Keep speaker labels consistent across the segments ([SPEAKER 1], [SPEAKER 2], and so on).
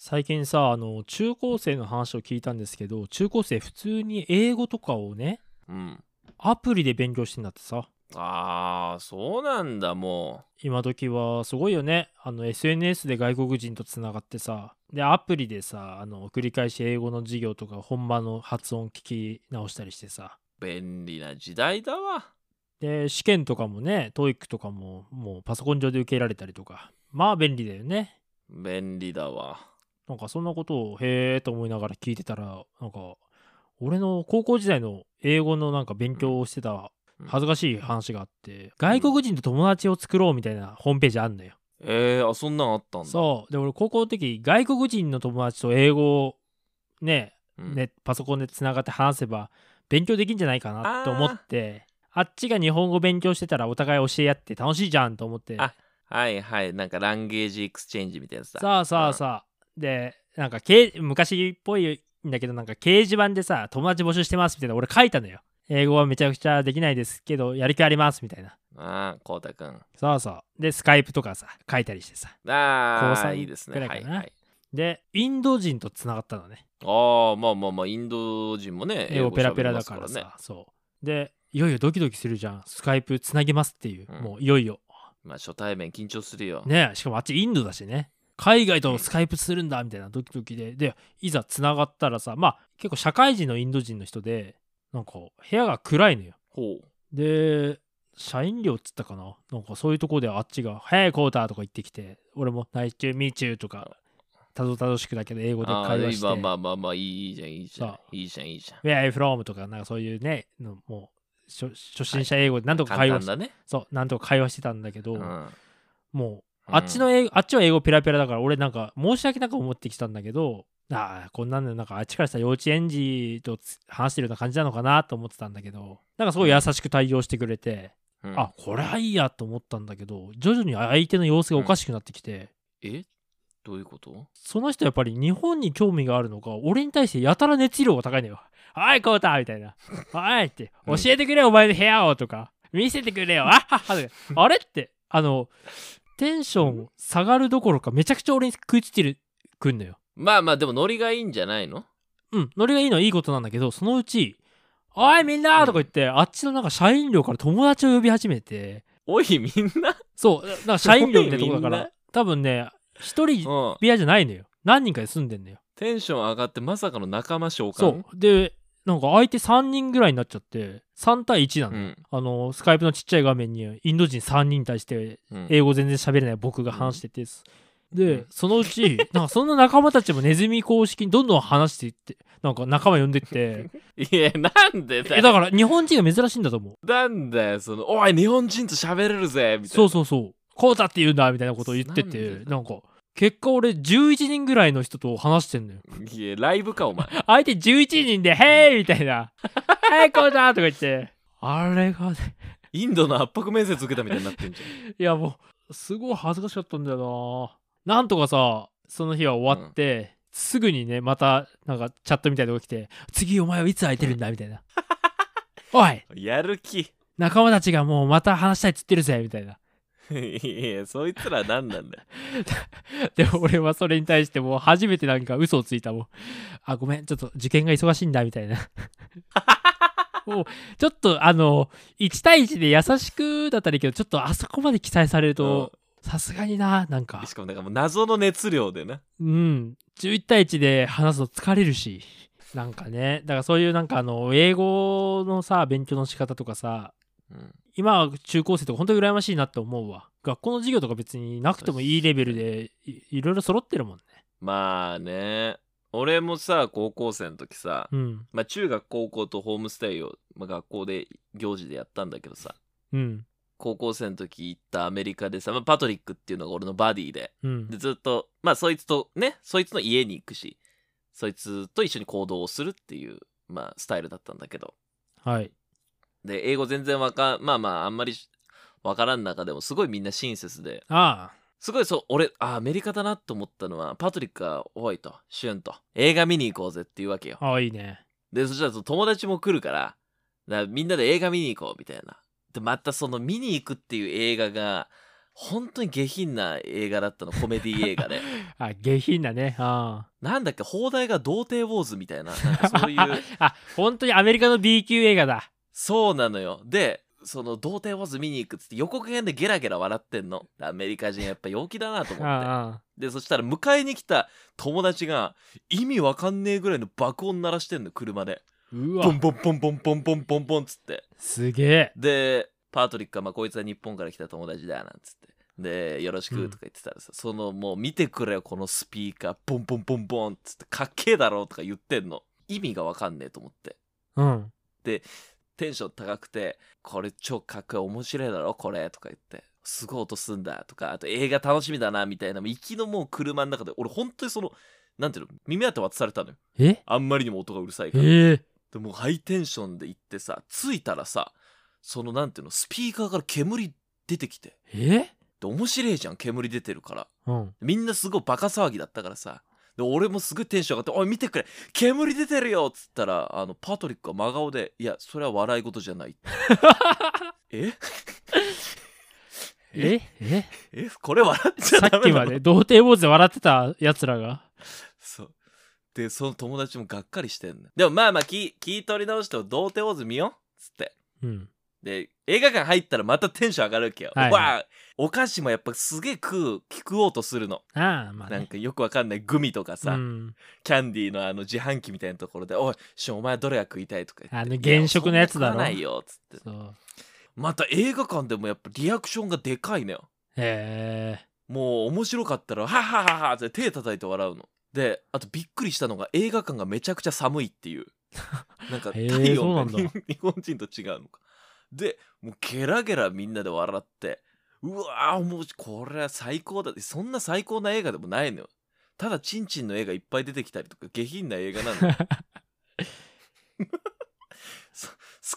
[SPEAKER 1] 最近さ、あの、中高生の話を聞いたんですけど、中高生普通に英語とかをね、
[SPEAKER 2] うん。
[SPEAKER 1] アプリで勉強してんだってさ。
[SPEAKER 2] ああ、そうなんだ、も
[SPEAKER 1] 今時はすごいよね。あの、SNS で外国人とつながってさ。で、アプリでさ、あの、繰り返し英語の授業とか本場の発音聞き直したりしてさ。
[SPEAKER 2] う。便利な時代だわ。
[SPEAKER 1] で、試験とかもね、トイックとかももうパソコン上で受けられたりとか。まあ便利だよね。
[SPEAKER 2] 便利だわ。
[SPEAKER 1] なんかそんなことをへえと思いながら聞いてたらなんか俺の高校時代の英語のなんか勉強をしてた
[SPEAKER 2] うん
[SPEAKER 1] 恥ずかしい話があって外国人と友達を作ろうみたいなホームページあんのよ
[SPEAKER 2] えー、あ、そんなんあったんだ。
[SPEAKER 1] そうで俺高校の時外国人の友達と英語をね
[SPEAKER 2] うん。
[SPEAKER 1] ねパソコンでつながって話せば勉強できんじゃないかなと思ってあっちが日本語勉強してたらお互い教え合って楽しいじゃんと思って
[SPEAKER 2] あはいはい。なんかランゲージエクスチェンジみたいなやつだ。
[SPEAKER 1] さあさ
[SPEAKER 2] う
[SPEAKER 1] あ
[SPEAKER 2] ん
[SPEAKER 1] さあ、でなんかけい昔っぽいんだけどなんか掲示板でさ友達募集してますみたいな俺書いたのよ英語はめちゃくちゃできないですけどやる気ありますみたいな
[SPEAKER 2] ああ、こうたくん。
[SPEAKER 1] さあさあでスカイプとかさ書いたりしてさ
[SPEAKER 2] あ
[SPEAKER 1] 高
[SPEAKER 2] あ、
[SPEAKER 1] 三
[SPEAKER 2] いいです
[SPEAKER 1] くら
[SPEAKER 2] ね。
[SPEAKER 1] いか
[SPEAKER 2] は
[SPEAKER 1] ない
[SPEAKER 2] はい。
[SPEAKER 1] でインド人とつながったのね
[SPEAKER 2] ああ、まあまあまあ、インド人もね、
[SPEAKER 1] 英語ペラペラだから
[SPEAKER 2] 喋ります
[SPEAKER 1] さ
[SPEAKER 2] ね。
[SPEAKER 1] そうでいよいよドキドキするじゃんスカイプつなげますっていう、
[SPEAKER 2] うん
[SPEAKER 1] もういよいよ
[SPEAKER 2] まあ、初対面緊張するよ。
[SPEAKER 1] ねしかもあっちインドだしね海外とスカイプするんだみたいなドキドキででいざつながったらさまあ結構社会人のインド人の人でなんか部屋が暗いのよ
[SPEAKER 2] ほう。
[SPEAKER 1] で社員寮っつったかななんかそういうとこであっちが「Hey コーター」とか言ってきて俺も「ナイチューミーチュー」とかたどたどしくだけど英語で
[SPEAKER 2] ああ
[SPEAKER 1] 会話
[SPEAKER 2] ー、
[SPEAKER 1] して
[SPEAKER 2] まあまあまあまあ、いいいいじゃん、いいじゃん
[SPEAKER 1] さ。
[SPEAKER 2] いいじゃん、いいじゃん。
[SPEAKER 1] Where are you from?」とかなんかそういうねのもう初初心者英語で何とか
[SPEAKER 2] 簡
[SPEAKER 1] 会話
[SPEAKER 2] 単
[SPEAKER 1] し、
[SPEAKER 2] だね。
[SPEAKER 1] そう何とか会話してたんだけど、
[SPEAKER 2] うん。
[SPEAKER 1] もうあっちの英語あっちは英語ペラペラだから俺なんか申し訳なく思ってきたんだけどああこんなんでなんかあっちからしたら幼稚園児とつ話してるような感じなのかなと思ってたんだけどなんかすごい優しく対応してくれて、
[SPEAKER 2] うん、うん
[SPEAKER 1] あこれはいいやと思ったんだけど徐々に相手の様子がおかしくなってきて、
[SPEAKER 2] えどういうこと
[SPEAKER 1] その人やっぱり日本に興味があるのか俺に対してやたら熱量が高いのよ「おいこうた!」みたいな「おい!」って「教
[SPEAKER 2] うん
[SPEAKER 1] えてくれよお前の部屋を」とか「見せてくれよあっはっは」とかあれってあのテンション下がるどころかめちゃくちゃ俺に食いついてるくんのよ
[SPEAKER 2] まあまあ、でもノリがいいんじゃないの
[SPEAKER 1] うんノリがいいのはいいことなんだけどそのうち「おいみんな!」とか言ってあっちのなんか社員寮から友達を呼び始めて
[SPEAKER 2] おい、みんな。
[SPEAKER 1] そうなんか社員寮ってとこだか
[SPEAKER 2] おいみ
[SPEAKER 1] ら
[SPEAKER 2] んな
[SPEAKER 1] 多分ね一人
[SPEAKER 2] うん。
[SPEAKER 1] 部屋じゃないのよ何人かで住んでんのよ
[SPEAKER 2] テンション上がってまさかの仲間召喚
[SPEAKER 1] そう。で、なんか相手3人ぐらいになっちゃって、3対1な
[SPEAKER 2] う
[SPEAKER 1] の。
[SPEAKER 2] ん。
[SPEAKER 1] あの、スカイプのちっちゃい画面にインド人3人に対して、
[SPEAKER 2] うん
[SPEAKER 1] 英語全然喋れない僕が話してて、
[SPEAKER 2] う
[SPEAKER 1] で
[SPEAKER 2] ん、
[SPEAKER 1] そのう ち、なんかその仲間たちもネズミ公式にどんどん話していって、なんか仲間呼んでっ て、
[SPEAKER 2] いや、なんでだよ。
[SPEAKER 1] え、だから日本人が珍しいんだと思う。
[SPEAKER 2] なんだよ、その、おい、日本人と喋れるぜ、みたいな。
[SPEAKER 1] そうそうそう。こうだって言うんだ、みたいなことを言って
[SPEAKER 2] な
[SPEAKER 1] て
[SPEAKER 2] ん、でだ
[SPEAKER 1] なんか、結果俺11人ぐらいの人と話してんのよ。
[SPEAKER 2] いや、ライブか、お前。
[SPEAKER 1] 相手11人で、ヘイみたいな、ヘイこうだとか言って、あれがね、
[SPEAKER 2] インドの圧迫面接受けたみたいになってんじ
[SPEAKER 1] いやもうすごい恥ずかしかったんだよななんとかさその日は終わって、すぐにねまたなんかチャットみたいなのが来て「次お前はいつ空いてるんだ」みたいな「おい
[SPEAKER 2] ゃん。やる気。
[SPEAKER 1] 仲間たちがもうまた話したいっつってるぜ」みたいない
[SPEAKER 2] や、そいつら何なんだよ。
[SPEAKER 1] で俺はそれに対してもう初めてなんか嘘をついたもんあごめんちょっと受験が忙しいんだみたいなもうちょっとあの1対1で優しくだったらいいけどちょっとあそこまで記載されるとさすがにななんか
[SPEAKER 2] うんしかも、なんかもう謎の熱量でな。
[SPEAKER 1] うん11対1で話すと疲れるしなんかねだからそういうなんかあの英語のさ勉強の仕方とかさ
[SPEAKER 2] うん
[SPEAKER 1] 今は中高生とか本当に羨ましいなって思うわ学校の授業とか別になくてもいいレベルでいいろいろ揃ってるもんね
[SPEAKER 2] まあね。俺もさ、高校生の時さ、
[SPEAKER 1] うん
[SPEAKER 2] まあ中学、高校とホームステイを、まあ、学校で行事でやったんだけどさ、
[SPEAKER 1] うん
[SPEAKER 2] 高校生の時行ったアメリカでさ、まあ、パトリックっていうのが俺のバディで、
[SPEAKER 1] うん
[SPEAKER 2] でずっとまあそいつとねそいつの家に行くしそいつと一緒に行動をするっていうまあスタイルだったんだけど
[SPEAKER 1] はい
[SPEAKER 2] で英語全然わかまあまああんまりしわからん中でもすごいみんな親切で
[SPEAKER 1] あ
[SPEAKER 2] すごいそう俺あアメリカだなと思ったのはパトリックが「おい」と「シュン」と「映画見に行こうぜ」っていうわけよ
[SPEAKER 1] あああいいね
[SPEAKER 2] でそしたらその友達も来るからだからみんなで映画見に行こうみたいなでまたその見に行くっていう映画が本当に下品な映画だったのコメディ映画 で
[SPEAKER 1] あ、下品だね。あ
[SPEAKER 2] なんだっけ放題が童貞ウォーズみたいななんか
[SPEAKER 1] あ
[SPEAKER 2] そ ういう。
[SPEAKER 1] あ、本当にアメリカの B 級映画だ。
[SPEAKER 2] そうなのよでその童貞ウォーズ見に行くっつって予告編でゲラゲラ笑ってんのアメリカ人やっぱ陽気だなと
[SPEAKER 1] う
[SPEAKER 2] 思
[SPEAKER 1] んう
[SPEAKER 2] って
[SPEAKER 1] ん。
[SPEAKER 2] でそしたら迎えに来た友達が意味わかんねえぐらいの爆音鳴らしてんの車で
[SPEAKER 1] う
[SPEAKER 2] ボ
[SPEAKER 1] わ
[SPEAKER 2] ン、ボンボンボンボンボンボンボンっつって
[SPEAKER 1] すげえ。
[SPEAKER 2] でパートリックが、まあ、こいつは日本から来た友達だなんつってでよろしくとか言ってたらさ、そのもう見てくれよこのスピーカーボンボンボンボンっつってかっけえだろとか言ってんの意味がわかんねえと思って
[SPEAKER 1] うん。
[SPEAKER 2] テンション高くてこれ超かっこいい面白いだろこれとか言ってすごい音すんだとかあと映画楽しみだなみたいな行きのもう車の中で俺本当にそのなんていうの耳当て渡されたのよ
[SPEAKER 1] え
[SPEAKER 2] あんまりにも音がうるさいから
[SPEAKER 1] ええ。
[SPEAKER 2] でもうハイテンションで行ってさ着いたらさそのなんていうのスピーカーから煙出てきて
[SPEAKER 1] え
[SPEAKER 2] で面白いじゃん煙出てるから
[SPEAKER 1] うん。
[SPEAKER 2] みんなすごいバカ騒ぎだったからさで俺もすごいテンション上がって「おい見てくれ煙出てるよ」っつったらあのパトリックは真顔で「いやそれは笑い事じ ゃない」え
[SPEAKER 1] ええ
[SPEAKER 2] えこれ笑っちゃ
[SPEAKER 1] さ
[SPEAKER 2] ダ
[SPEAKER 1] っき
[SPEAKER 2] メ
[SPEAKER 1] ま
[SPEAKER 2] なの
[SPEAKER 1] で童貞坊主で笑ってたやつらが。
[SPEAKER 2] そうでその友達もがっかりしてんのでもまあまあ聞聞い取り直して童貞王子見ようっつって
[SPEAKER 1] うん。
[SPEAKER 2] で映画館入ったらまたテンション上がるわけよ、
[SPEAKER 1] はいはい
[SPEAKER 2] わあお菓子もやっぱすげえ食う食おうとするの
[SPEAKER 1] ああ、まあ、
[SPEAKER 2] なん
[SPEAKER 1] ね。
[SPEAKER 2] かよくわかんないグミとかさ、
[SPEAKER 1] うん、
[SPEAKER 2] キャンディーのあの自販機みたいなところで「おいしょお前どれが食いたい?」とか言って
[SPEAKER 1] あの原色のやつだろ
[SPEAKER 2] いやそんな食わないよ」っつって
[SPEAKER 1] そう。
[SPEAKER 2] また映画館でもやっぱリアクションがでかいのよ
[SPEAKER 1] へえ。
[SPEAKER 2] もう面白かったら「はっはっはっは」って手叩いて笑うのであとびっくりしたのが映画館がめちゃくちゃ寒いっ ていうなんか
[SPEAKER 1] へえ
[SPEAKER 2] 体温が
[SPEAKER 1] そうなんだ
[SPEAKER 2] 日本人と違うのかでもうゲラゲラみんなで笑ってうわーもうこれは最高だってそんな最高な映画でもないのよただチンチンの映画いっぱい出てきたりとか下品な映画な のよそ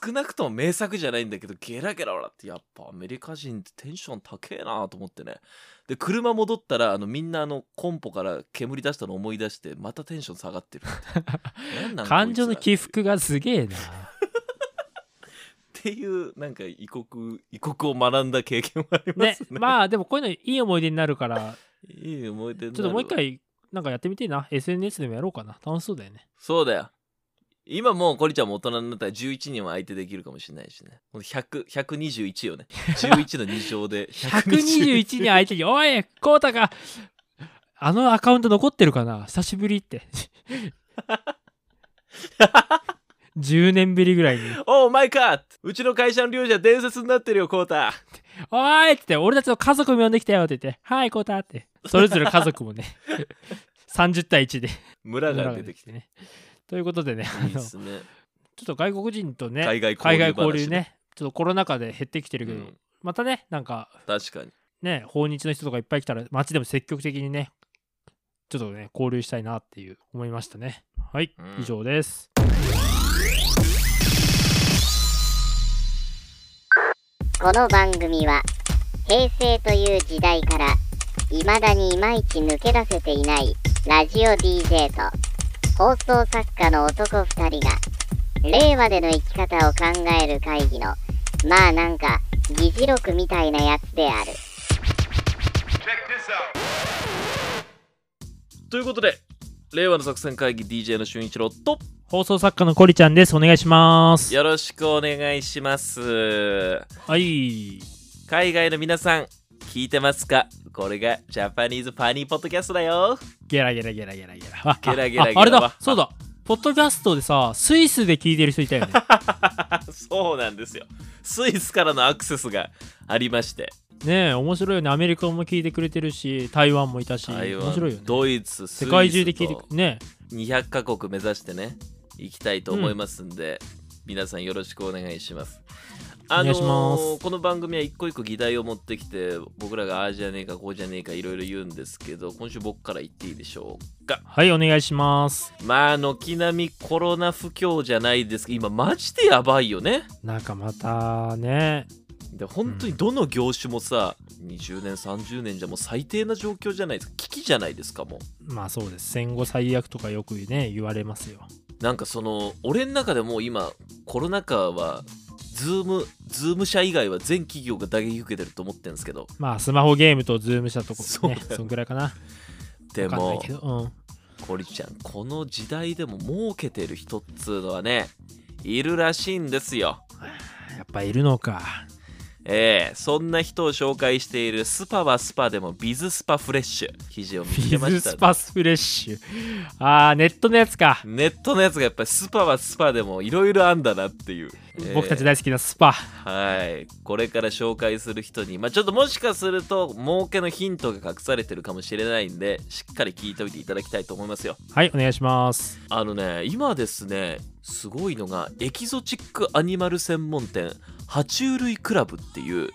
[SPEAKER 2] 少なくとも名作じゃないんだけどゲラゲラ笑ってやっぱアメリカ人ってテンション高えなと思ってねで車戻ったらあのみんなあのコンポから煙出したの思い出してまたテンション下がってるなんなん
[SPEAKER 1] 感情の
[SPEAKER 2] こい
[SPEAKER 1] 起
[SPEAKER 2] つら
[SPEAKER 1] 伏がすげえ な。
[SPEAKER 2] っていうなんか異国異国を学んだ経験もありま
[SPEAKER 1] ね
[SPEAKER 2] す、ね
[SPEAKER 1] まあでもこういうのいい思い出になる から、
[SPEAKER 2] いい思い出になるわ
[SPEAKER 1] ちょっともう一回なんかやってみてえな。SNS でもやろうかな。楽しそうだよ ね。
[SPEAKER 2] そうだよ今もうコリちゃんも大人になったら11人は相手できるかもしれないしねこの100 121よね11の2乗で
[SPEAKER 1] 121人相手に、おい、コータが、あのアカウント残ってるかな久しぶり って。10年ぶりぐらいに。
[SPEAKER 2] おお前かうちの会社の寮じゃ伝説になってるよコータ
[SPEAKER 1] おーいって言って、俺たちの家族も呼んできたよって言って、はい、コータって。それぞれ家族も ね、30対1で
[SPEAKER 2] 村が出てきて
[SPEAKER 1] てね。ということでね、あ
[SPEAKER 2] いいっ
[SPEAKER 1] の、
[SPEAKER 2] すね
[SPEAKER 1] ちょっと外国人とね、
[SPEAKER 2] 海外交
[SPEAKER 1] 海
[SPEAKER 2] 流
[SPEAKER 1] 外
[SPEAKER 2] 話
[SPEAKER 1] 交流ね、ちょっとコロナ禍で減ってきてるけど、
[SPEAKER 2] うん
[SPEAKER 1] またね、なんか
[SPEAKER 2] 確かに
[SPEAKER 1] ね、訪日の人とかいっぱい来たら、街でも積極的にね、ちょっとね、交流したいなっていう思いましたね。はい、
[SPEAKER 2] うん
[SPEAKER 1] 以上です。
[SPEAKER 3] この番組は平成という時代から未だにいまいち抜け出せていないラジオ DJ と放送作家の男2人が令和での生き方を考える会議のまあなんか議事録みたいなやつである。
[SPEAKER 2] ということで令和の作戦会議 DJ の俊一郎と
[SPEAKER 1] 放送作家のコリちゃんです。お願いします。
[SPEAKER 2] よろしくお願いします
[SPEAKER 1] はい。
[SPEAKER 2] 海外の皆さん聞いてますかこれがジャパニーズファニーポッドキャストだよ
[SPEAKER 1] ゲラゲラゲラゲラゲラ。あ
[SPEAKER 2] ゲラゲラゲラ
[SPEAKER 1] ああれだ
[SPEAKER 2] わ、
[SPEAKER 1] そうだ。ポッドキャストでさ、スイスで聞いてる人いたよね。
[SPEAKER 2] そうなんですよスイスからのアクセスがありまして
[SPEAKER 1] ねえ、面白いよね。アメリカも聞いてくれてるし、台湾もいたし、
[SPEAKER 2] 台
[SPEAKER 1] 面
[SPEAKER 2] 湾
[SPEAKER 1] 白いよね。
[SPEAKER 2] ドイツ
[SPEAKER 1] 世界中で聞いて
[SPEAKER 2] く
[SPEAKER 1] くねえ
[SPEAKER 2] 200カ国目指してね行きたいと思いますんで、皆さんよろしくお願いします
[SPEAKER 1] お
[SPEAKER 2] あのー
[SPEAKER 1] 願いします
[SPEAKER 2] この番組は一個一個議題を持ってきて僕らがああじゃねえかこうじゃねえかいろいろ言うんですけど今週僕から言っていいでしょうか
[SPEAKER 1] はい、お願いします。
[SPEAKER 2] まあ軒並みコロナ不況じゃないですけど今マジでやばいよね
[SPEAKER 1] なんかまたね、
[SPEAKER 2] で本当にどの業種もさ、20年30年じゃもう最低な状況じゃないですか危機じゃないですかも
[SPEAKER 1] まあそうです。戦後最悪とかよくね、言われますよ。
[SPEAKER 2] うなんかその俺の中でもう今コロナ禍はズームズーム社以外は全企業が打撃受けてると思ってるんですけど
[SPEAKER 1] まあ、スマホゲームとズームしたとこ
[SPEAKER 2] そうだ
[SPEAKER 1] ね
[SPEAKER 2] よ。
[SPEAKER 1] そんぐらいかな。
[SPEAKER 2] で
[SPEAKER 1] わかんない
[SPEAKER 2] も
[SPEAKER 1] けど。うん。
[SPEAKER 2] コリちゃんこの時代でも儲けてる人っつうのはねいるらしいんですよ
[SPEAKER 1] やっぱいるのか。
[SPEAKER 2] ええそんな人を紹介しているスパはスパでもビズスパフレッシュ記事を見
[SPEAKER 1] ビ
[SPEAKER 2] つけま
[SPEAKER 1] ズ
[SPEAKER 2] し
[SPEAKER 1] ス
[SPEAKER 2] た
[SPEAKER 1] パスフレッシュ。ああ、ネットのやつか。
[SPEAKER 2] ネットのやつがやっぱりスパはスパでもいろいろあんだなっていう、
[SPEAKER 1] 僕たち
[SPEAKER 2] だ
[SPEAKER 1] 大好きなスパ。
[SPEAKER 2] はいこれから紹介する人にまあちょっともしかすると儲けのヒントが隠されてるかもしれないんでしっかり聞いておいていただきたいと思いますよ
[SPEAKER 1] はい、お願いします。
[SPEAKER 2] あのね今ですねすごいのがエキゾチックアニマル専門店爬虫類クラブっていう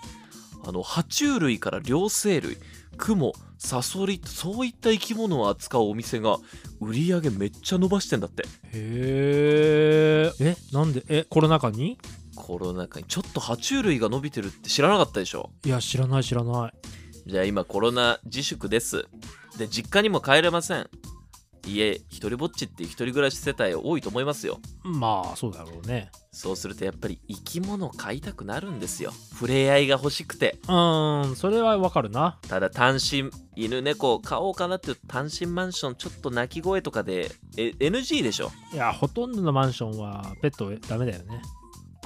[SPEAKER 2] あの爬虫類から両生類クモサソリそういった生き物を扱うお店が売り上げめっちゃ伸ばしてんだって
[SPEAKER 1] へえ。え、なんで、え、コロナ禍に
[SPEAKER 2] コロナ禍にちょっと爬虫類が伸びてるって知らなかったでしょ
[SPEAKER 1] いや、知らない、知らない。
[SPEAKER 2] じゃあ今コロナ自粛ですで実家にも帰れません家一人ぼっちっていう一人暮らし世帯多いと思いますよ
[SPEAKER 1] まあ、そうだろうね。
[SPEAKER 2] そうするとやっぱり生き物を飼いたくなるんですよ触れ合いが欲しくて
[SPEAKER 1] うーん、それはわかるな。
[SPEAKER 2] ただ単身犬猫を飼おうかなっていう単身マンションちょっと鳴き声とかでえ NG でしょ
[SPEAKER 1] いや、ほとんどのマンションはペットダメだよね。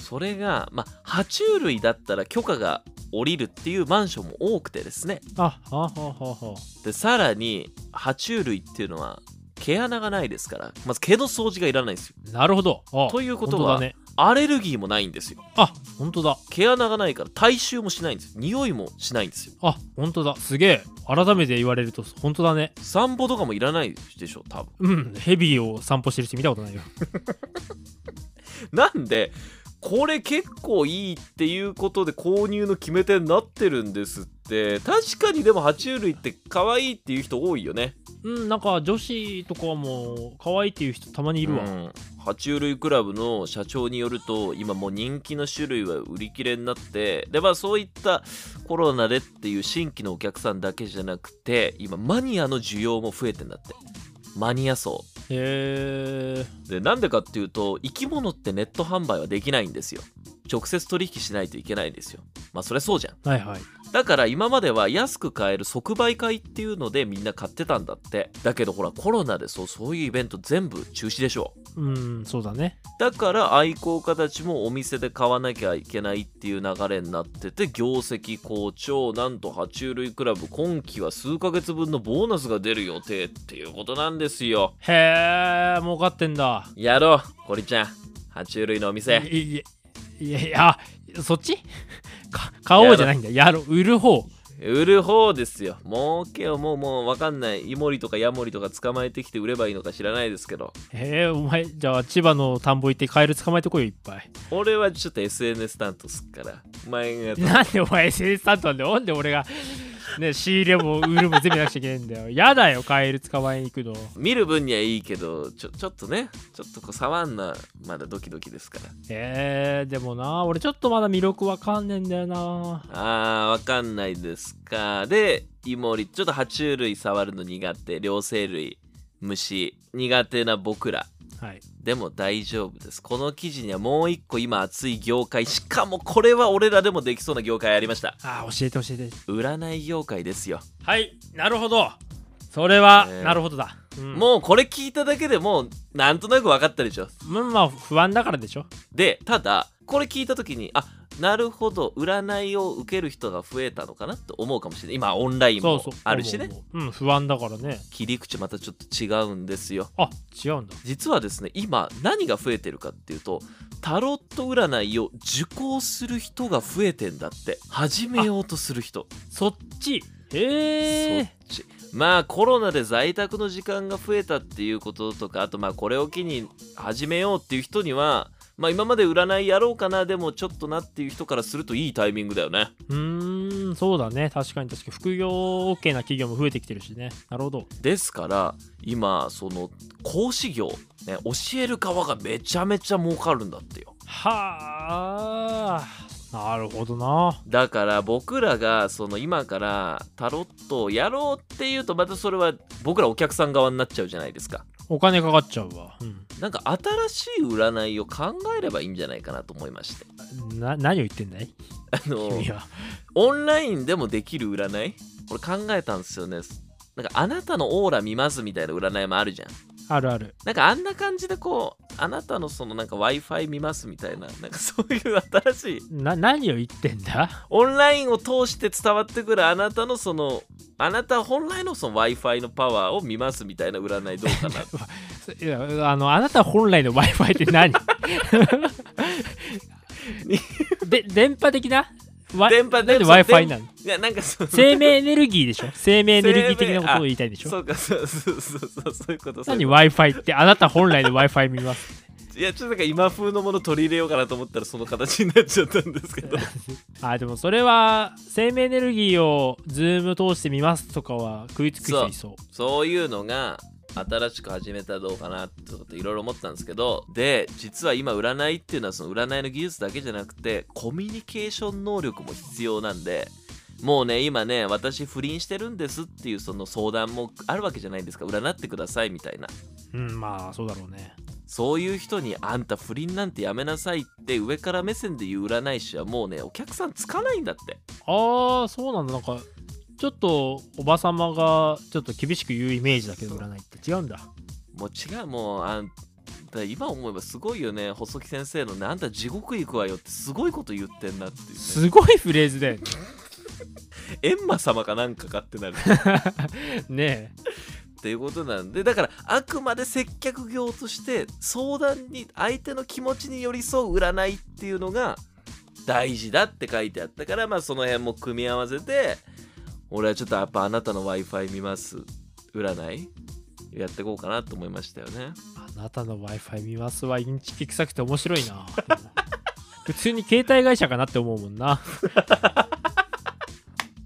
[SPEAKER 2] それがまあ爬虫類だったら許可が下りるっていうマンションも多くてですね
[SPEAKER 1] あ、はあ、はあ、はあ、は
[SPEAKER 2] でさらに爬虫類っていうのは毛穴がないですからまず毛の掃除がいらないんですよ
[SPEAKER 1] あ。なるほど。あ
[SPEAKER 2] ということは
[SPEAKER 1] 本当だね。
[SPEAKER 2] アレルギーもないんですよ
[SPEAKER 1] あ、本当だ。
[SPEAKER 2] 毛穴がないから体臭もしないんですよ匂いもしないんですよ
[SPEAKER 1] あ、本当だ。すげえ。改めて言われると、本当だね。
[SPEAKER 2] 散歩とかもいらないでしょ多分
[SPEAKER 1] うん、ヘビーを散歩してる人見たことないよ。
[SPEAKER 2] なんでこれ結構いいっていうことで購入の決め手になってるんですって確かにでも爬虫類って可愛いっていう人多いよね
[SPEAKER 1] うん、なんか女子とかも可愛いっていう人たまにいるわ。
[SPEAKER 2] うん爬虫類クラブの社長によると今もう人気の種類は売り切れになってでまあそういったコロナでっていう新規のお客さんだけじゃなくて今マニアの需要も増えてんだってマニア層
[SPEAKER 1] へえ。
[SPEAKER 2] でなんでかっていうと生き物ってネット販売はできないんですよ直接取引しないといけないんですよまあそりゃそうじゃん
[SPEAKER 1] はいはい。
[SPEAKER 2] だから今までは安く買える即売会っていうのでみんな買ってたんだってだけどほらコロナでそうそういうイベント全部中止でしょ
[SPEAKER 1] うん、そうだね。
[SPEAKER 2] だから愛好家たちもお店で買わなきゃいけないっていう流れになってて業績好調なんと爬虫類クラブ今期は数ヶ月分のボーナスが出る予定っていうことなんですよ
[SPEAKER 1] へえ、儲かってんだ。
[SPEAKER 2] やろうコリちゃん爬虫類のお店
[SPEAKER 1] いやいやいや、あそっち か買おうじゃないんだ。やろう、売る方。
[SPEAKER 2] 売る方ですよ儲けをもうもう分かんないイモリとかヤモリとか捕まえてきて売ればいいのか知らないですけど
[SPEAKER 1] へえ、お前、じゃあ千葉の田んぼ行ってカエル捕まえてこいよ、いっぱ い。
[SPEAKER 2] 俺はちょっと SNS 担当すっからお前が
[SPEAKER 1] なんでお前、生産なんで、なんで俺が、ね、仕入れも売るも全部やらなくちゃいけないんだよ。やだよ、カエル捕まえに行くの。
[SPEAKER 2] 見る分にはいいけどちょちょっとねちょっとこう触んなまだドキドキですから
[SPEAKER 1] えー、でもな、俺ちょっとまだ魅力わかんねえんだよな。
[SPEAKER 2] あーわかんないですかでイモリちょっと爬虫類触るの苦手両生類虫苦手な僕ら
[SPEAKER 1] はい。
[SPEAKER 2] でも大丈夫ですこの記事にはもう一個今熱い業界しかもこれは俺らでもできそうな業界ありました
[SPEAKER 1] あー、教えて教えて。
[SPEAKER 2] 占い業界ですよ、
[SPEAKER 1] はい、なるほど。それは、
[SPEAKER 2] えー
[SPEAKER 1] なるほどだ。うん、
[SPEAKER 2] もうこれ聞いただけでもうなんとなく分かったでしょ
[SPEAKER 1] うん、まあ、不安だからでしょ。
[SPEAKER 2] でただこれ聞いた時にあなるほど占いを受ける人が増えたのかなと思うかもしれない今オンライン
[SPEAKER 1] そう
[SPEAKER 2] も
[SPEAKER 1] そう。
[SPEAKER 2] あるしね
[SPEAKER 1] 思う思ううん、不安だからね。
[SPEAKER 2] 切り口またちょっと違うんですよ
[SPEAKER 1] あ、違うんだ。
[SPEAKER 2] 実はですね今何が増えてるかっていうとタロット占いを受講する人が増えてんだって始めようとする人
[SPEAKER 1] そっち。へ
[SPEAKER 2] そっ
[SPEAKER 1] え。
[SPEAKER 2] ちまあコロナで在宅の時間が増えたっていうこととかあとまあこれを機に始めようっていう人にはまあ今まで占いやろうかなでもちょっとなっていう人からするといいタイミングだよね
[SPEAKER 1] うーん、そうだね。確かに確かに。副業 OK な企業も増えてきてるしね。なるほど。
[SPEAKER 2] ですから今その講師業、ね、教える側がめちゃめちゃ儲かるんだってよ
[SPEAKER 1] はあ。なるほどな。
[SPEAKER 2] だから僕らがその今からタロットをやろうっていうとまたそれは僕らお客さん側になっちゃうじゃないですか
[SPEAKER 1] お金かかっちゃうわ。うん。
[SPEAKER 2] なんか新しい占いを考えればいいんじゃないかなと思いまして
[SPEAKER 1] な何を言ってんだい
[SPEAKER 2] あの
[SPEAKER 1] 君は
[SPEAKER 2] オンラインでもできる占いこれ考えたんですよねなんかあなたのオーラ見ますみたいな占いもあるじゃん
[SPEAKER 1] あるある
[SPEAKER 2] なんかあんな感じでこうあなたのそのなんか w i f i 見ますみたいななんかそういう新しい
[SPEAKER 1] な何を言ってんだ
[SPEAKER 2] オンラインを通して伝わってくるあなたのそのあなた本来のその w i f i のパワーを見ますみたいな占いどうかな
[SPEAKER 1] いやあのあなた本来の w i f i って 何で電波的なわ
[SPEAKER 2] 電波
[SPEAKER 1] なんで
[SPEAKER 2] その
[SPEAKER 1] w i f i なの
[SPEAKER 2] いやなんかその
[SPEAKER 1] 生命エネルギーでしょ生命エネルギー的なことを言いたいんでし
[SPEAKER 2] そ
[SPEAKER 1] ょ
[SPEAKER 2] うかそうそうそうそうそういうことそうい
[SPEAKER 1] 何
[SPEAKER 2] う
[SPEAKER 1] w i f i ってあなた本来の w i f i 見ます
[SPEAKER 2] こといやちょっとなんか今風のもの取り入れようかなと思ったらその形になっちゃったんですけど
[SPEAKER 1] あでもそれは生命エネルギーをズーム通して見ますとかは食いつく人いそう
[SPEAKER 2] そういうのが新しく始めたらどうかなってこといろいろ思ったんですけどで実は今占いっていうのはその占いの技術だけじゃなくてコミュニケーション能力も必要なんでもうね今ね私不倫してるんですっていうその相談もあるわけじゃないですか占ってくださいみたいな
[SPEAKER 1] うんまあそうだろうね
[SPEAKER 2] そういう人にあんた不倫なんてやめなさいって上から目線で言う占い師はもうねお客さんつかないんだって
[SPEAKER 1] ああそうなんだなんかちょっとおばさまがちょっと厳しく言うイメージだけど占いって違うんだ
[SPEAKER 2] もう違うもうあんた今思えばすごいよね細木先生のねあんた地獄行くわよってすごいこと言ってんなっていう、ね、
[SPEAKER 1] すごいフレーズだよ
[SPEAKER 2] エンマ様かなんかかってなる
[SPEAKER 1] ね
[SPEAKER 2] っていうことなんでだからあくまで接客業として相談に相手の気持ちに寄り添う占いっていうのが大事だって書いてあったからまあその辺も組み合わせて俺はちょっとやっぱあなたの w i f i 見ます占いやっていこうかなと思いましたよね
[SPEAKER 1] あなたの w i f i 見ますはインチキ臭くて面白いな でも普通に携帯会社かなって思うもんな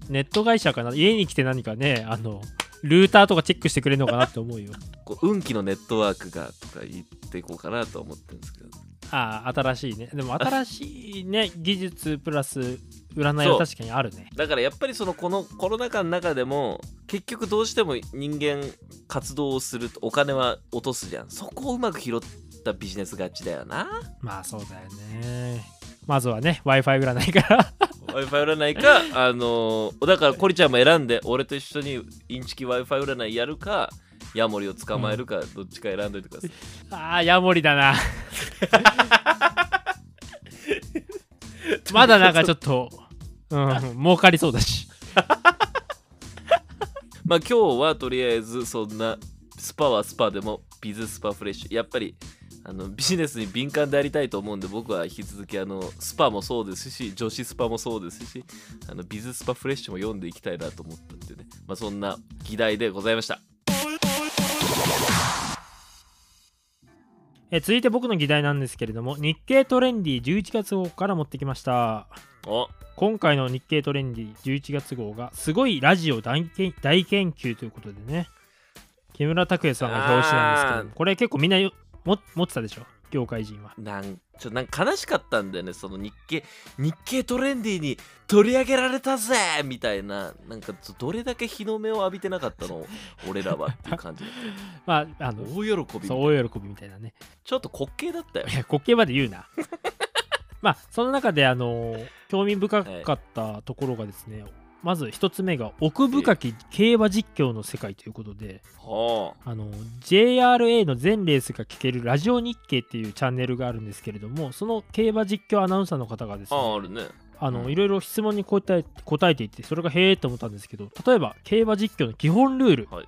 [SPEAKER 1] ネット会社かな家に来て何かねあのルーターとかチェックしてくれるのかなって思うよ
[SPEAKER 2] こう運気のネットワークがとか言っていこうかなと思ってるんですけど
[SPEAKER 1] ああ新しいねでも新しいね技術プラス占いは確かにあるね
[SPEAKER 2] だからやっぱりそのこのコロナ禍の中でも結局どうしても人間活動をするとお金は落とすじゃんそこをうまく拾ったビジネス勝ちだよな
[SPEAKER 1] まあそうだよねまずはね w i f i 占いから
[SPEAKER 2] w i f i 占いかあのーだからコリちゃんも選んで俺と一緒にインチキ w i f i 占いやるかヤモリを捕まえるか、どっちか選んどいてください
[SPEAKER 1] あーヤモリだな まだなんかちょっとうん儲かりそうだし
[SPEAKER 2] まあ今日はとりあえずそんなスパはスパでもビズスパフレッシュやっぱりあのビジネスに敏感でありたいと思うんで僕は引き続きあのスパもそうですし女子スパもそうですしあのビズスパフレッシュも読んでいきたいなと思ったっていうね、まあ、そんな議題でございました
[SPEAKER 1] え続いて僕の議題なんですけれども日経トレンディ11月号から持ってきました
[SPEAKER 2] お
[SPEAKER 1] 今回の日経トレンディ11月号がすごいラジオ大研大研究ということでね木村拓哉さんが表紙なんですけど
[SPEAKER 2] あー
[SPEAKER 1] もこれ結構みんなよも持ってたでしょ業界人は
[SPEAKER 2] なんちょなんか悲しかったんだよねその日経日経トレンディに取り上げられたぜみたいななんかどれだけ日の目を浴びてなかったの俺らはっていう感じ だっ
[SPEAKER 1] まああ
[SPEAKER 2] た
[SPEAKER 1] の
[SPEAKER 2] 大喜び
[SPEAKER 1] そう大喜びみたいなね
[SPEAKER 2] ちょっと滑稽だったよ
[SPEAKER 1] いや滑稽まで言うな まあその中であの興味深かったところがですね、まず一つ目が奥深き競馬実況の世界ということで、
[SPEAKER 2] はあ
[SPEAKER 1] あの JRA の全レースが聞けるラジオ日経っていうチャンネルがあるんですけれどもその競馬実況アナウンサーの方がですね
[SPEAKER 2] あああるね
[SPEAKER 1] あ
[SPEAKER 2] う
[SPEAKER 1] の
[SPEAKER 2] ん
[SPEAKER 1] いろいろ質問に答え答えていてそれがへえと思ったんですけど例えば競馬実況の基本ルール、
[SPEAKER 2] はい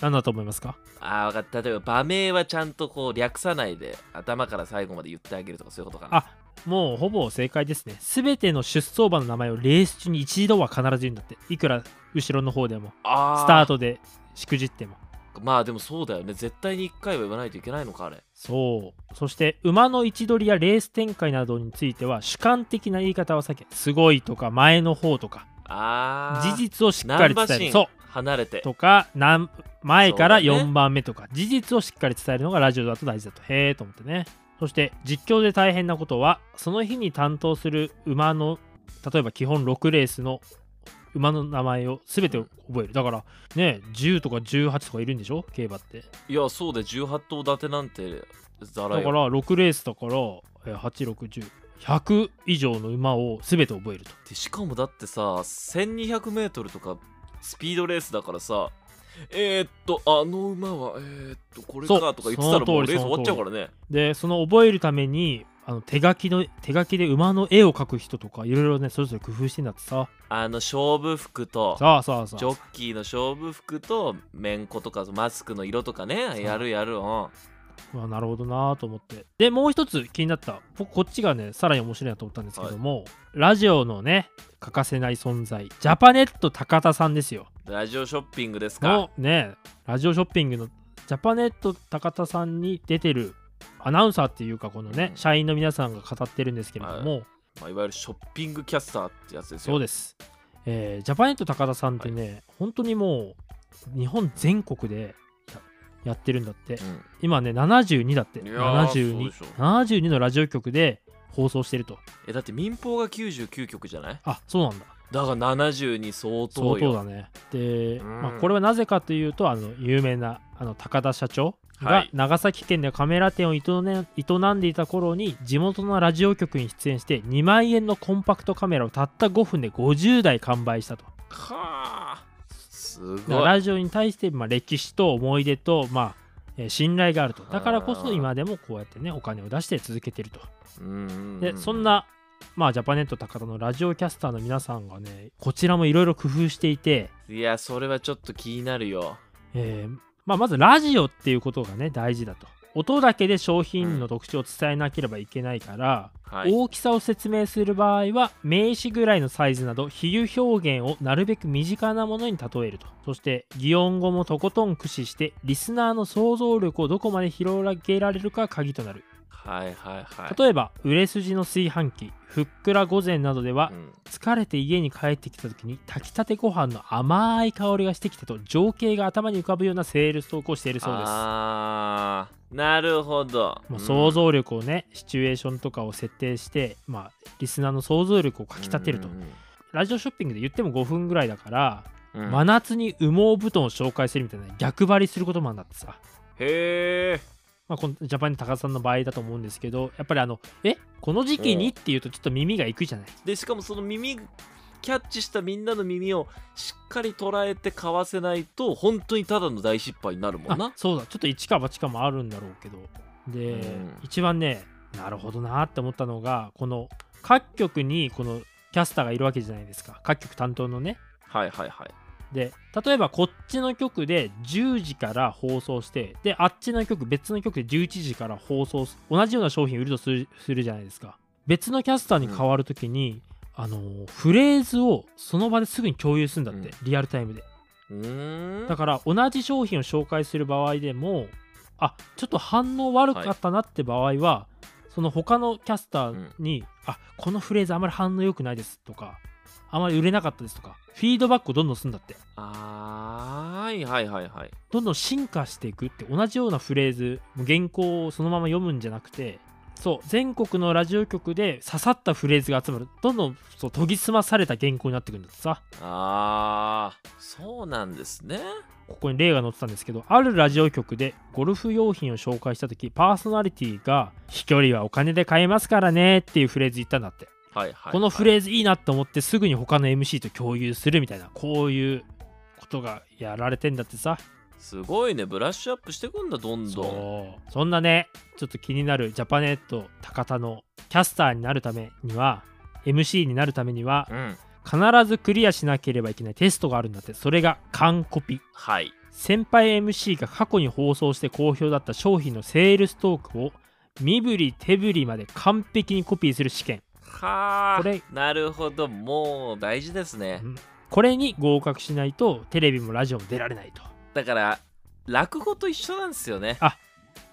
[SPEAKER 1] 何だと思いますか
[SPEAKER 2] ああ分かった例えば場名はちゃんとこう略さないで頭から最後まで言ってあげるとかそういうことかな
[SPEAKER 1] あもうほぼ正解ですね全ての出走馬の名前をレース中に一度は必ず言うんだっていくら後ろの方でも
[SPEAKER 2] あ
[SPEAKER 1] スタートでしくじっても
[SPEAKER 2] まあでもそうだよね絶対に1回は言わないといけないのかあれ
[SPEAKER 1] そうそして馬の位置取りやレース展開などについては主観的な言い方は避けすごいとか前の方とか
[SPEAKER 2] ああ
[SPEAKER 1] 事実をしっかり伝えるそ
[SPEAKER 2] 離れて
[SPEAKER 1] うとかなん前から
[SPEAKER 2] そうだね
[SPEAKER 1] 4番目とか、事実をしっかり伝えるのがラジオだと大事だとへえと思ってねそして実況で大変なことはその日に担当する馬の例えば基本6レースの馬の名前を全て覚えるだからね10とか18とかいるんでしょ競馬って
[SPEAKER 2] いやそうで18頭立てなんてざら
[SPEAKER 1] だ
[SPEAKER 2] い
[SPEAKER 1] か
[SPEAKER 2] よ
[SPEAKER 1] ら6レースだから8610100以上の馬を全て覚えると
[SPEAKER 2] でしかもだってさ 1200m とかスピードレースだからさえー、っとあの馬はえー、っとこれか
[SPEAKER 1] そう
[SPEAKER 2] とか言ってたらも
[SPEAKER 1] そうの通り
[SPEAKER 2] レース終わっちゃうからね
[SPEAKER 1] でその覚えるためにあの手書きの手書きで馬の絵を描く人とかいろいろねそれぞれ工夫してんだってさ
[SPEAKER 2] あの勝負服と
[SPEAKER 1] さあさあさ
[SPEAKER 2] ジョ
[SPEAKER 1] あ
[SPEAKER 2] ッキーの勝負服とめんことかマスクの色とかね
[SPEAKER 1] う
[SPEAKER 2] やるやるうん
[SPEAKER 1] うわなるほどなと思ってでもう一つ気になった僕こっちがねさらに面白いなと思ったんですけども、ラジオのね欠かせない存在ジャパネット高田さんですよ
[SPEAKER 2] ラジオショッピングですか
[SPEAKER 1] のねラジオショッピングのジャパネット高田さんに出てるアナウンサーっていうかこのね、
[SPEAKER 2] うん
[SPEAKER 1] 社員の皆さんが語ってるんですけれども、
[SPEAKER 2] まあ、いわゆるショッピングキャスターってやつですよ
[SPEAKER 1] そうです、えージャパネット高田さんってね、本当にもう日本全国でややってるんだって
[SPEAKER 2] うん
[SPEAKER 1] 今ね72だって
[SPEAKER 2] いやーそう
[SPEAKER 1] 72
[SPEAKER 2] でしょ
[SPEAKER 1] 72のラジオ局で放送してると
[SPEAKER 2] えだって民放が99局じゃない
[SPEAKER 1] あそうなんだ
[SPEAKER 2] だが70に相
[SPEAKER 1] 相
[SPEAKER 2] 当
[SPEAKER 1] 当
[SPEAKER 2] よ
[SPEAKER 1] だねで、
[SPEAKER 2] うん
[SPEAKER 1] まあ、これはなぜかというとあの有名なあの高田社長
[SPEAKER 2] は
[SPEAKER 1] が
[SPEAKER 2] い
[SPEAKER 1] 長崎県でカメラ店を営,、ね、営んでいた頃に地元のラジオ局に出演して2万円のコンパクトカメラをたった5分で50台完売したと
[SPEAKER 2] はあす
[SPEAKER 1] だか
[SPEAKER 2] ご
[SPEAKER 1] ら
[SPEAKER 2] い
[SPEAKER 1] ラジオに対して、まあ、歴史と思い出と、まあえー信頼があるとだからこ
[SPEAKER 2] あ
[SPEAKER 1] そ
[SPEAKER 2] ー
[SPEAKER 1] 今でもこうやってねお金を出して続けてると
[SPEAKER 2] うんうんうん
[SPEAKER 1] でそんな、まあ、ジャパネット高田のラジオキャスターの皆さんがねこちらもいろいろ工夫していて、
[SPEAKER 2] いやそれはちょっと気になるよ
[SPEAKER 1] えーまあ、まずラジオっていうことがね大事だと音だけで商品の特徴を伝えなければいけないから、
[SPEAKER 2] はい
[SPEAKER 1] 大きさを説明する場合は名詞ぐらいのサイズなど比喩表現をなるべく身近なものに例えるとそして擬音語もとことん駆使してリスナーの想像力をどこまで広げられるかが鍵となる
[SPEAKER 2] はいはいはい
[SPEAKER 1] 例えば売れ筋の炊飯器ふっくら御膳などでは
[SPEAKER 2] うん
[SPEAKER 1] 疲れて家に帰ってきた時に炊きたてご飯の甘い香りがしてきたと情景が頭に浮かぶようなセールストークをしているそうです
[SPEAKER 2] あーなるほど
[SPEAKER 1] まあ、想像力をね、シチュエーションとかを設定して、まあ、リスナーの想像力をかきたてると、
[SPEAKER 2] うん
[SPEAKER 1] ラジオショッピングで言っても5分ぐらいだから、
[SPEAKER 2] うんうん
[SPEAKER 1] 真夏に羽毛布団を紹介するみたいな逆張りすることもあるんだってさ、
[SPEAKER 2] へえ
[SPEAKER 1] まあ、このジャパンの高田さんの場合だと思うんですけどやっぱりあのえこの時期に
[SPEAKER 2] うん
[SPEAKER 1] っていうとちょっと耳がいくじゃない
[SPEAKER 2] でしかもその耳キャッチしたみんなの耳をしっかり捉えてかわせないと本当にただの大失敗になるもん
[SPEAKER 1] あ
[SPEAKER 2] な
[SPEAKER 1] そうだちょっと一か八かもあるんだろうけどで、
[SPEAKER 2] うん
[SPEAKER 1] 一番ねなるほどなって思ったのがこの各局にこのキャスターがいるわけじゃないですか各局担当のね
[SPEAKER 2] はいはいはい
[SPEAKER 1] で例えばこっちの局で10時から放送してであっちの局別の局で11時から放送す同じような商品売るとするするじゃないですか別のキャスターに変わるときに、あのーフレーズをその場ですぐに共有するんだって、
[SPEAKER 2] うん
[SPEAKER 1] リアルタイムで
[SPEAKER 2] うーん
[SPEAKER 1] だから同じ商品を紹介する場合でもあちょっと反応悪かったなって場合は、その他のキャスターに、あこのフレーズあまり反応良くないですとかあまり売れなかったですとかフィードバックをどんどんするんだって
[SPEAKER 2] あーはいはいはいはい
[SPEAKER 1] どんどん進化していくって同じようなフレーズ原稿をそのまま読むんじゃなくてそう全国のラジオ局で刺さったフレーズが集まるどんどんそう研ぎ澄まされた原稿になってくるんだってさ
[SPEAKER 2] あーそうなんですね
[SPEAKER 1] ここに例が載ってたんですけどあるラジオ局でゴルフ用品を紹介した時パーソナリティが「飛距離はお金で買えますからね」っていうフレーズ言ったんだって、
[SPEAKER 2] はいはい、はい、
[SPEAKER 1] このフレーズいいなと思ってすぐに他の MC と共有するみたいなこういうことがやられてんだってさ
[SPEAKER 2] すごいねブラッシュアップしてくんだどんどん
[SPEAKER 1] そうそんなねちょっと気になるジャパネット高田のキャスターになるためには MC になるためには
[SPEAKER 2] うん
[SPEAKER 1] 必ずクリアしなければいけないテストがあるんだってそれが完コピ
[SPEAKER 2] はい
[SPEAKER 1] 先輩 MC が過去に放送して好評だった商品のセールストークを身振り手振りまで完璧にコピーする試験
[SPEAKER 2] はあ
[SPEAKER 1] これ
[SPEAKER 2] なるほどもう大事ですね
[SPEAKER 1] うんこれに合格しないとテレビもラジオも出られないと
[SPEAKER 2] だから落語と一緒なんですよね
[SPEAKER 1] あ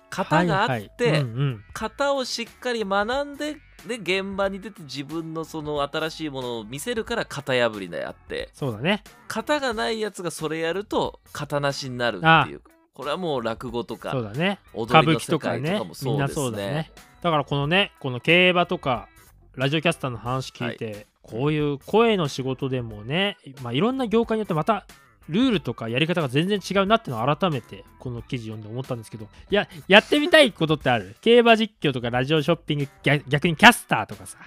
[SPEAKER 2] 型があって、
[SPEAKER 1] はいはいうんうん
[SPEAKER 2] 型をしっかり学んでで現場に出て自分のその新しいものを見せるから型破りであって
[SPEAKER 1] そうだね
[SPEAKER 2] 型がないやつがそれやると型なしになるっていうこれはもう落語と
[SPEAKER 1] そう
[SPEAKER 2] か
[SPEAKER 1] だね歌
[SPEAKER 2] 踊り
[SPEAKER 1] 舞
[SPEAKER 2] の
[SPEAKER 1] 伎と
[SPEAKER 2] 世
[SPEAKER 1] か
[SPEAKER 2] 界
[SPEAKER 1] ね
[SPEAKER 2] とかも
[SPEAKER 1] みん
[SPEAKER 2] そう
[SPEAKER 1] な
[SPEAKER 2] で
[SPEAKER 1] そ
[SPEAKER 2] す
[SPEAKER 1] うだ
[SPEAKER 2] ね
[SPEAKER 1] ねだからこのねこの競馬とかラジオキャスターの話聞いて、こういう声の仕事でもね、まあ、いろんな業界によってまたルールとかやり方が全然違うなってのを改めてこの記事読んで思ったんですけどいややってみたいことってあ る競馬実況とかラジオショッピング逆逆にキャスターとかさ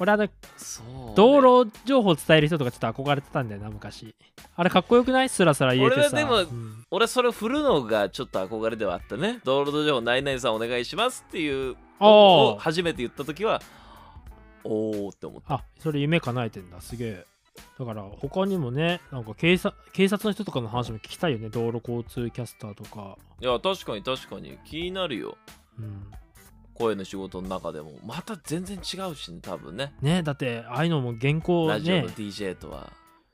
[SPEAKER 1] 俺あの
[SPEAKER 2] そう路
[SPEAKER 1] 道路情報を伝える人とかちょっと憧れてたんだよな昔あれかっこよくないスラスラ言えてさ
[SPEAKER 2] 俺
[SPEAKER 1] う
[SPEAKER 2] はでも
[SPEAKER 1] ん
[SPEAKER 2] 俺それ振るのがちょっと憧れではあったね道路上ナイナイさんお願いしますっていう
[SPEAKER 1] あー
[SPEAKER 2] のを初めて言った時はおおって思った
[SPEAKER 1] あそれ夢叶えてんだすげえだから他にもねなんか警察警察の人とかの話も聞きたいよね道路交通キャスターとか、
[SPEAKER 2] いや確かに確かに気になるよ
[SPEAKER 1] うん、
[SPEAKER 2] 声の仕事の中でもまた全然違うしね多分ね
[SPEAKER 1] ねだってああいうのも原稿
[SPEAKER 2] ラジオ
[SPEAKER 1] ね
[SPEAKER 2] の DJ とは、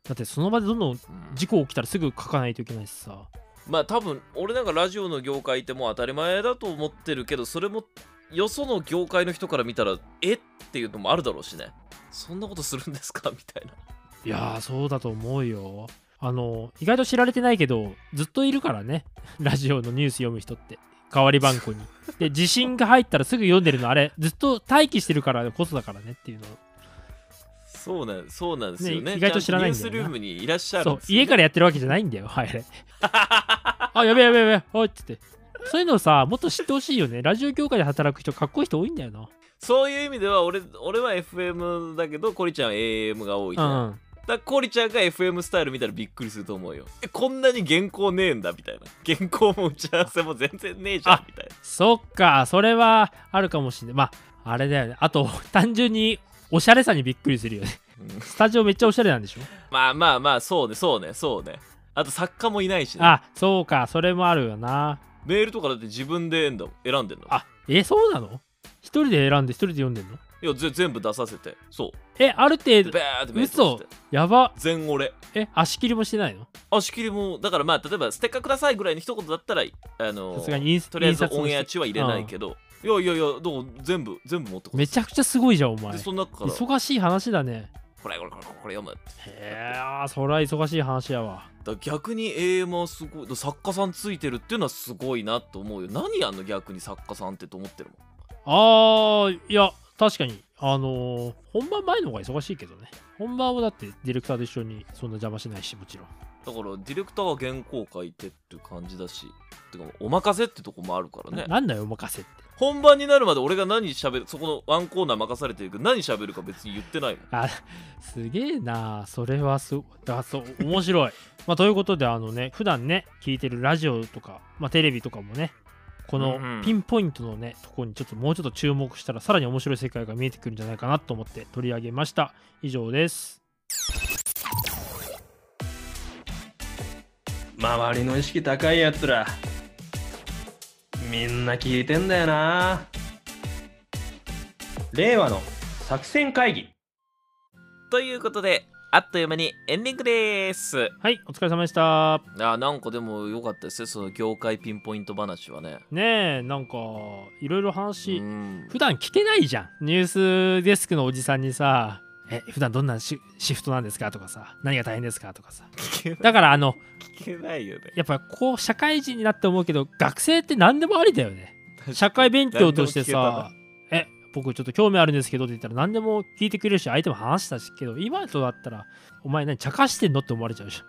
[SPEAKER 1] だってその場でどんどん
[SPEAKER 2] うん
[SPEAKER 1] 事故起きたらすぐ書かないといけないしさ
[SPEAKER 2] まあ多分俺なんかラジオの業界ってもう当たり前だと思ってるけどそれもよその業界の人から見たらえっていうのもあるだろうしねそんなことするんですかみたいない
[SPEAKER 1] やーそうだと思うよあの意外と知られてないけどずっといるからね ラジオのニュース読む人って代わり番号にで地震が入ったらすぐ読んでるのあれずっと待機してるからこそだからねっていうの
[SPEAKER 2] そうなんそうなんですよね
[SPEAKER 1] ね意外と知らないんだよ
[SPEAKER 2] ちゃ
[SPEAKER 1] なん
[SPEAKER 2] ニュースルームにいらっしゃる
[SPEAKER 1] そ
[SPEAKER 2] ん
[SPEAKER 1] う
[SPEAKER 2] ですよね、
[SPEAKER 1] 家からやってるわけじゃないんだよあれ あやべやべやべおいっつってそういうのさもっと知ってほしいよねラジオ業界で働く人かっこいい人多いんだよな
[SPEAKER 2] そういう意味では俺俺は FM だけどコリちゃんは AM が多いじゃん、
[SPEAKER 1] うん
[SPEAKER 2] だからコリちゃんが FM スタイル見たらびっくりすると思うよえこんなに原稿ねえんだみたいな原稿も打ち合わせも全然ねえじゃん
[SPEAKER 1] あ
[SPEAKER 2] みたいな
[SPEAKER 1] そっかそれはあるかもしれないまああれだよねあと 単純におしゃれさにびっくりするよね
[SPEAKER 2] うん
[SPEAKER 1] スタジオめっちゃおしゃれなんでしょ
[SPEAKER 2] まあまあまあそうねそうねそうねあと作家もいないし、ね、
[SPEAKER 1] あそうかそれもあるよな
[SPEAKER 2] メールとかだって自分で選んだもん選んでんの
[SPEAKER 1] あえそうなの一人で選んで一人で読んでんの
[SPEAKER 2] いやぜ全部出させてそう
[SPEAKER 1] えある程
[SPEAKER 2] で
[SPEAKER 1] 度
[SPEAKER 2] バーってメール出して
[SPEAKER 1] やば
[SPEAKER 2] 全俺
[SPEAKER 1] え足切りもしてないの
[SPEAKER 2] 足切りもだからまあ例えばステッカーくださいぐらいの一言だったらあの
[SPEAKER 1] さすがにインス
[SPEAKER 2] とりあえず
[SPEAKER 1] 印刷
[SPEAKER 2] オ
[SPEAKER 1] も
[SPEAKER 2] ン
[SPEAKER 1] して
[SPEAKER 2] エア中は入れないけどいやいやいやどう全部全部持ってこい
[SPEAKER 1] めちゃくちゃすごいじゃんお前
[SPEAKER 2] でその中から
[SPEAKER 1] 忙しい話だね
[SPEAKER 2] これこれこれこれ読むって
[SPEAKER 1] へえそりゃ忙しい話やわ
[SPEAKER 2] だから逆に AM はすごいだから作家さんついてるっていうのはすごいなと思うよ何やんの逆に作家さんってと思ってるもん
[SPEAKER 1] あーいや確かにあのー本番前の方が忙しいけどね本番をだってディレクターと一緒にそんな邪魔しないしもちろん
[SPEAKER 2] だからディレクターは原稿書いてって感じだしてかお任せってとこもあるからね
[SPEAKER 1] ななんだよお任せって
[SPEAKER 2] 本番になるまで俺が何喋るそこのワンコーナー任されてるけど何喋るか別に言ってないもん
[SPEAKER 1] あすげえなそれはすごだそう面白い、 まあ、ということであのね普段ね聞いてるラジオとか、まあ、テレビとかもねこの
[SPEAKER 2] うんうん
[SPEAKER 1] ピンポイントのねとこにちょっともうちょっと注目したらさらに面白い世界が見えてくるんじゃないかなと思って取り上げました以上です
[SPEAKER 4] 周りの意識高いやつらみんな聞いてんだよな令和の作戦会議
[SPEAKER 2] ということであっという間にエンディングです
[SPEAKER 1] はいお疲れ様でした
[SPEAKER 2] あなんかでも良かったですねその業界ピンポイント話はね
[SPEAKER 1] ねえなんかいろいろ話、
[SPEAKER 2] うん
[SPEAKER 1] 普段聞けないじゃんニュースデスクのおじさんにさえ普段どんなシシフトなんですかとかさ何が大変ですかとかさ
[SPEAKER 2] 聞け
[SPEAKER 1] だからあの
[SPEAKER 2] 聞けないよね
[SPEAKER 1] やっぱこう社会人になって思うけど学生って何でもありだよね社会勉強としてさ「え僕ちょっと興味あるんですけど」って言ったら何でも聞いてくれるし相手も話したしけど今とだったら「お前何茶化してんの?」って思われちゃうじ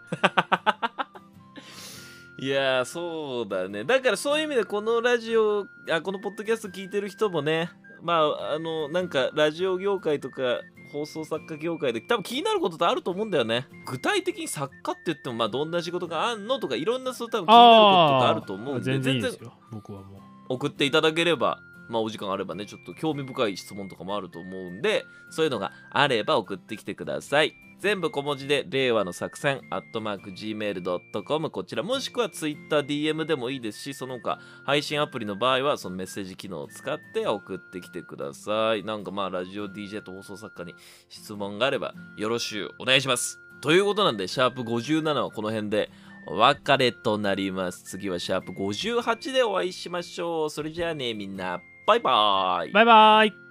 [SPEAKER 1] ゃん
[SPEAKER 2] いやーそうだねだからそういう意味でこのラジオあこのポッドキャスト聞いてる人もねまああのなんかラジオ業界とか放送作家業界で多分気になることってあると思うんだよね具体的に作家って言ってもまあどんな仕事があんのとかいろんなそう多分気になることがあると思うんで
[SPEAKER 1] 全然いいで
[SPEAKER 2] 全
[SPEAKER 1] す
[SPEAKER 2] 然
[SPEAKER 1] よ僕はもう
[SPEAKER 2] 送っていただければまあお時間あればねちょっと興味深い質問とかもあると思うんでそういうのがあれば送ってきてください全部小文字で令和の作戦アットマーク gmail.com こちらもしくは TwitterDM でもいいですしその他配信アプリの場合はそのメッセージ機能を使って送ってきてくださいなんかまあラジオ DJ と放送作家に質問があればよろしゅうお願いしますということなんでシャープ57はこの辺でお別れとなります。次はシャープ58でお会いしましょう。それじゃあね、みんな、バイバーイ。
[SPEAKER 1] バイバイ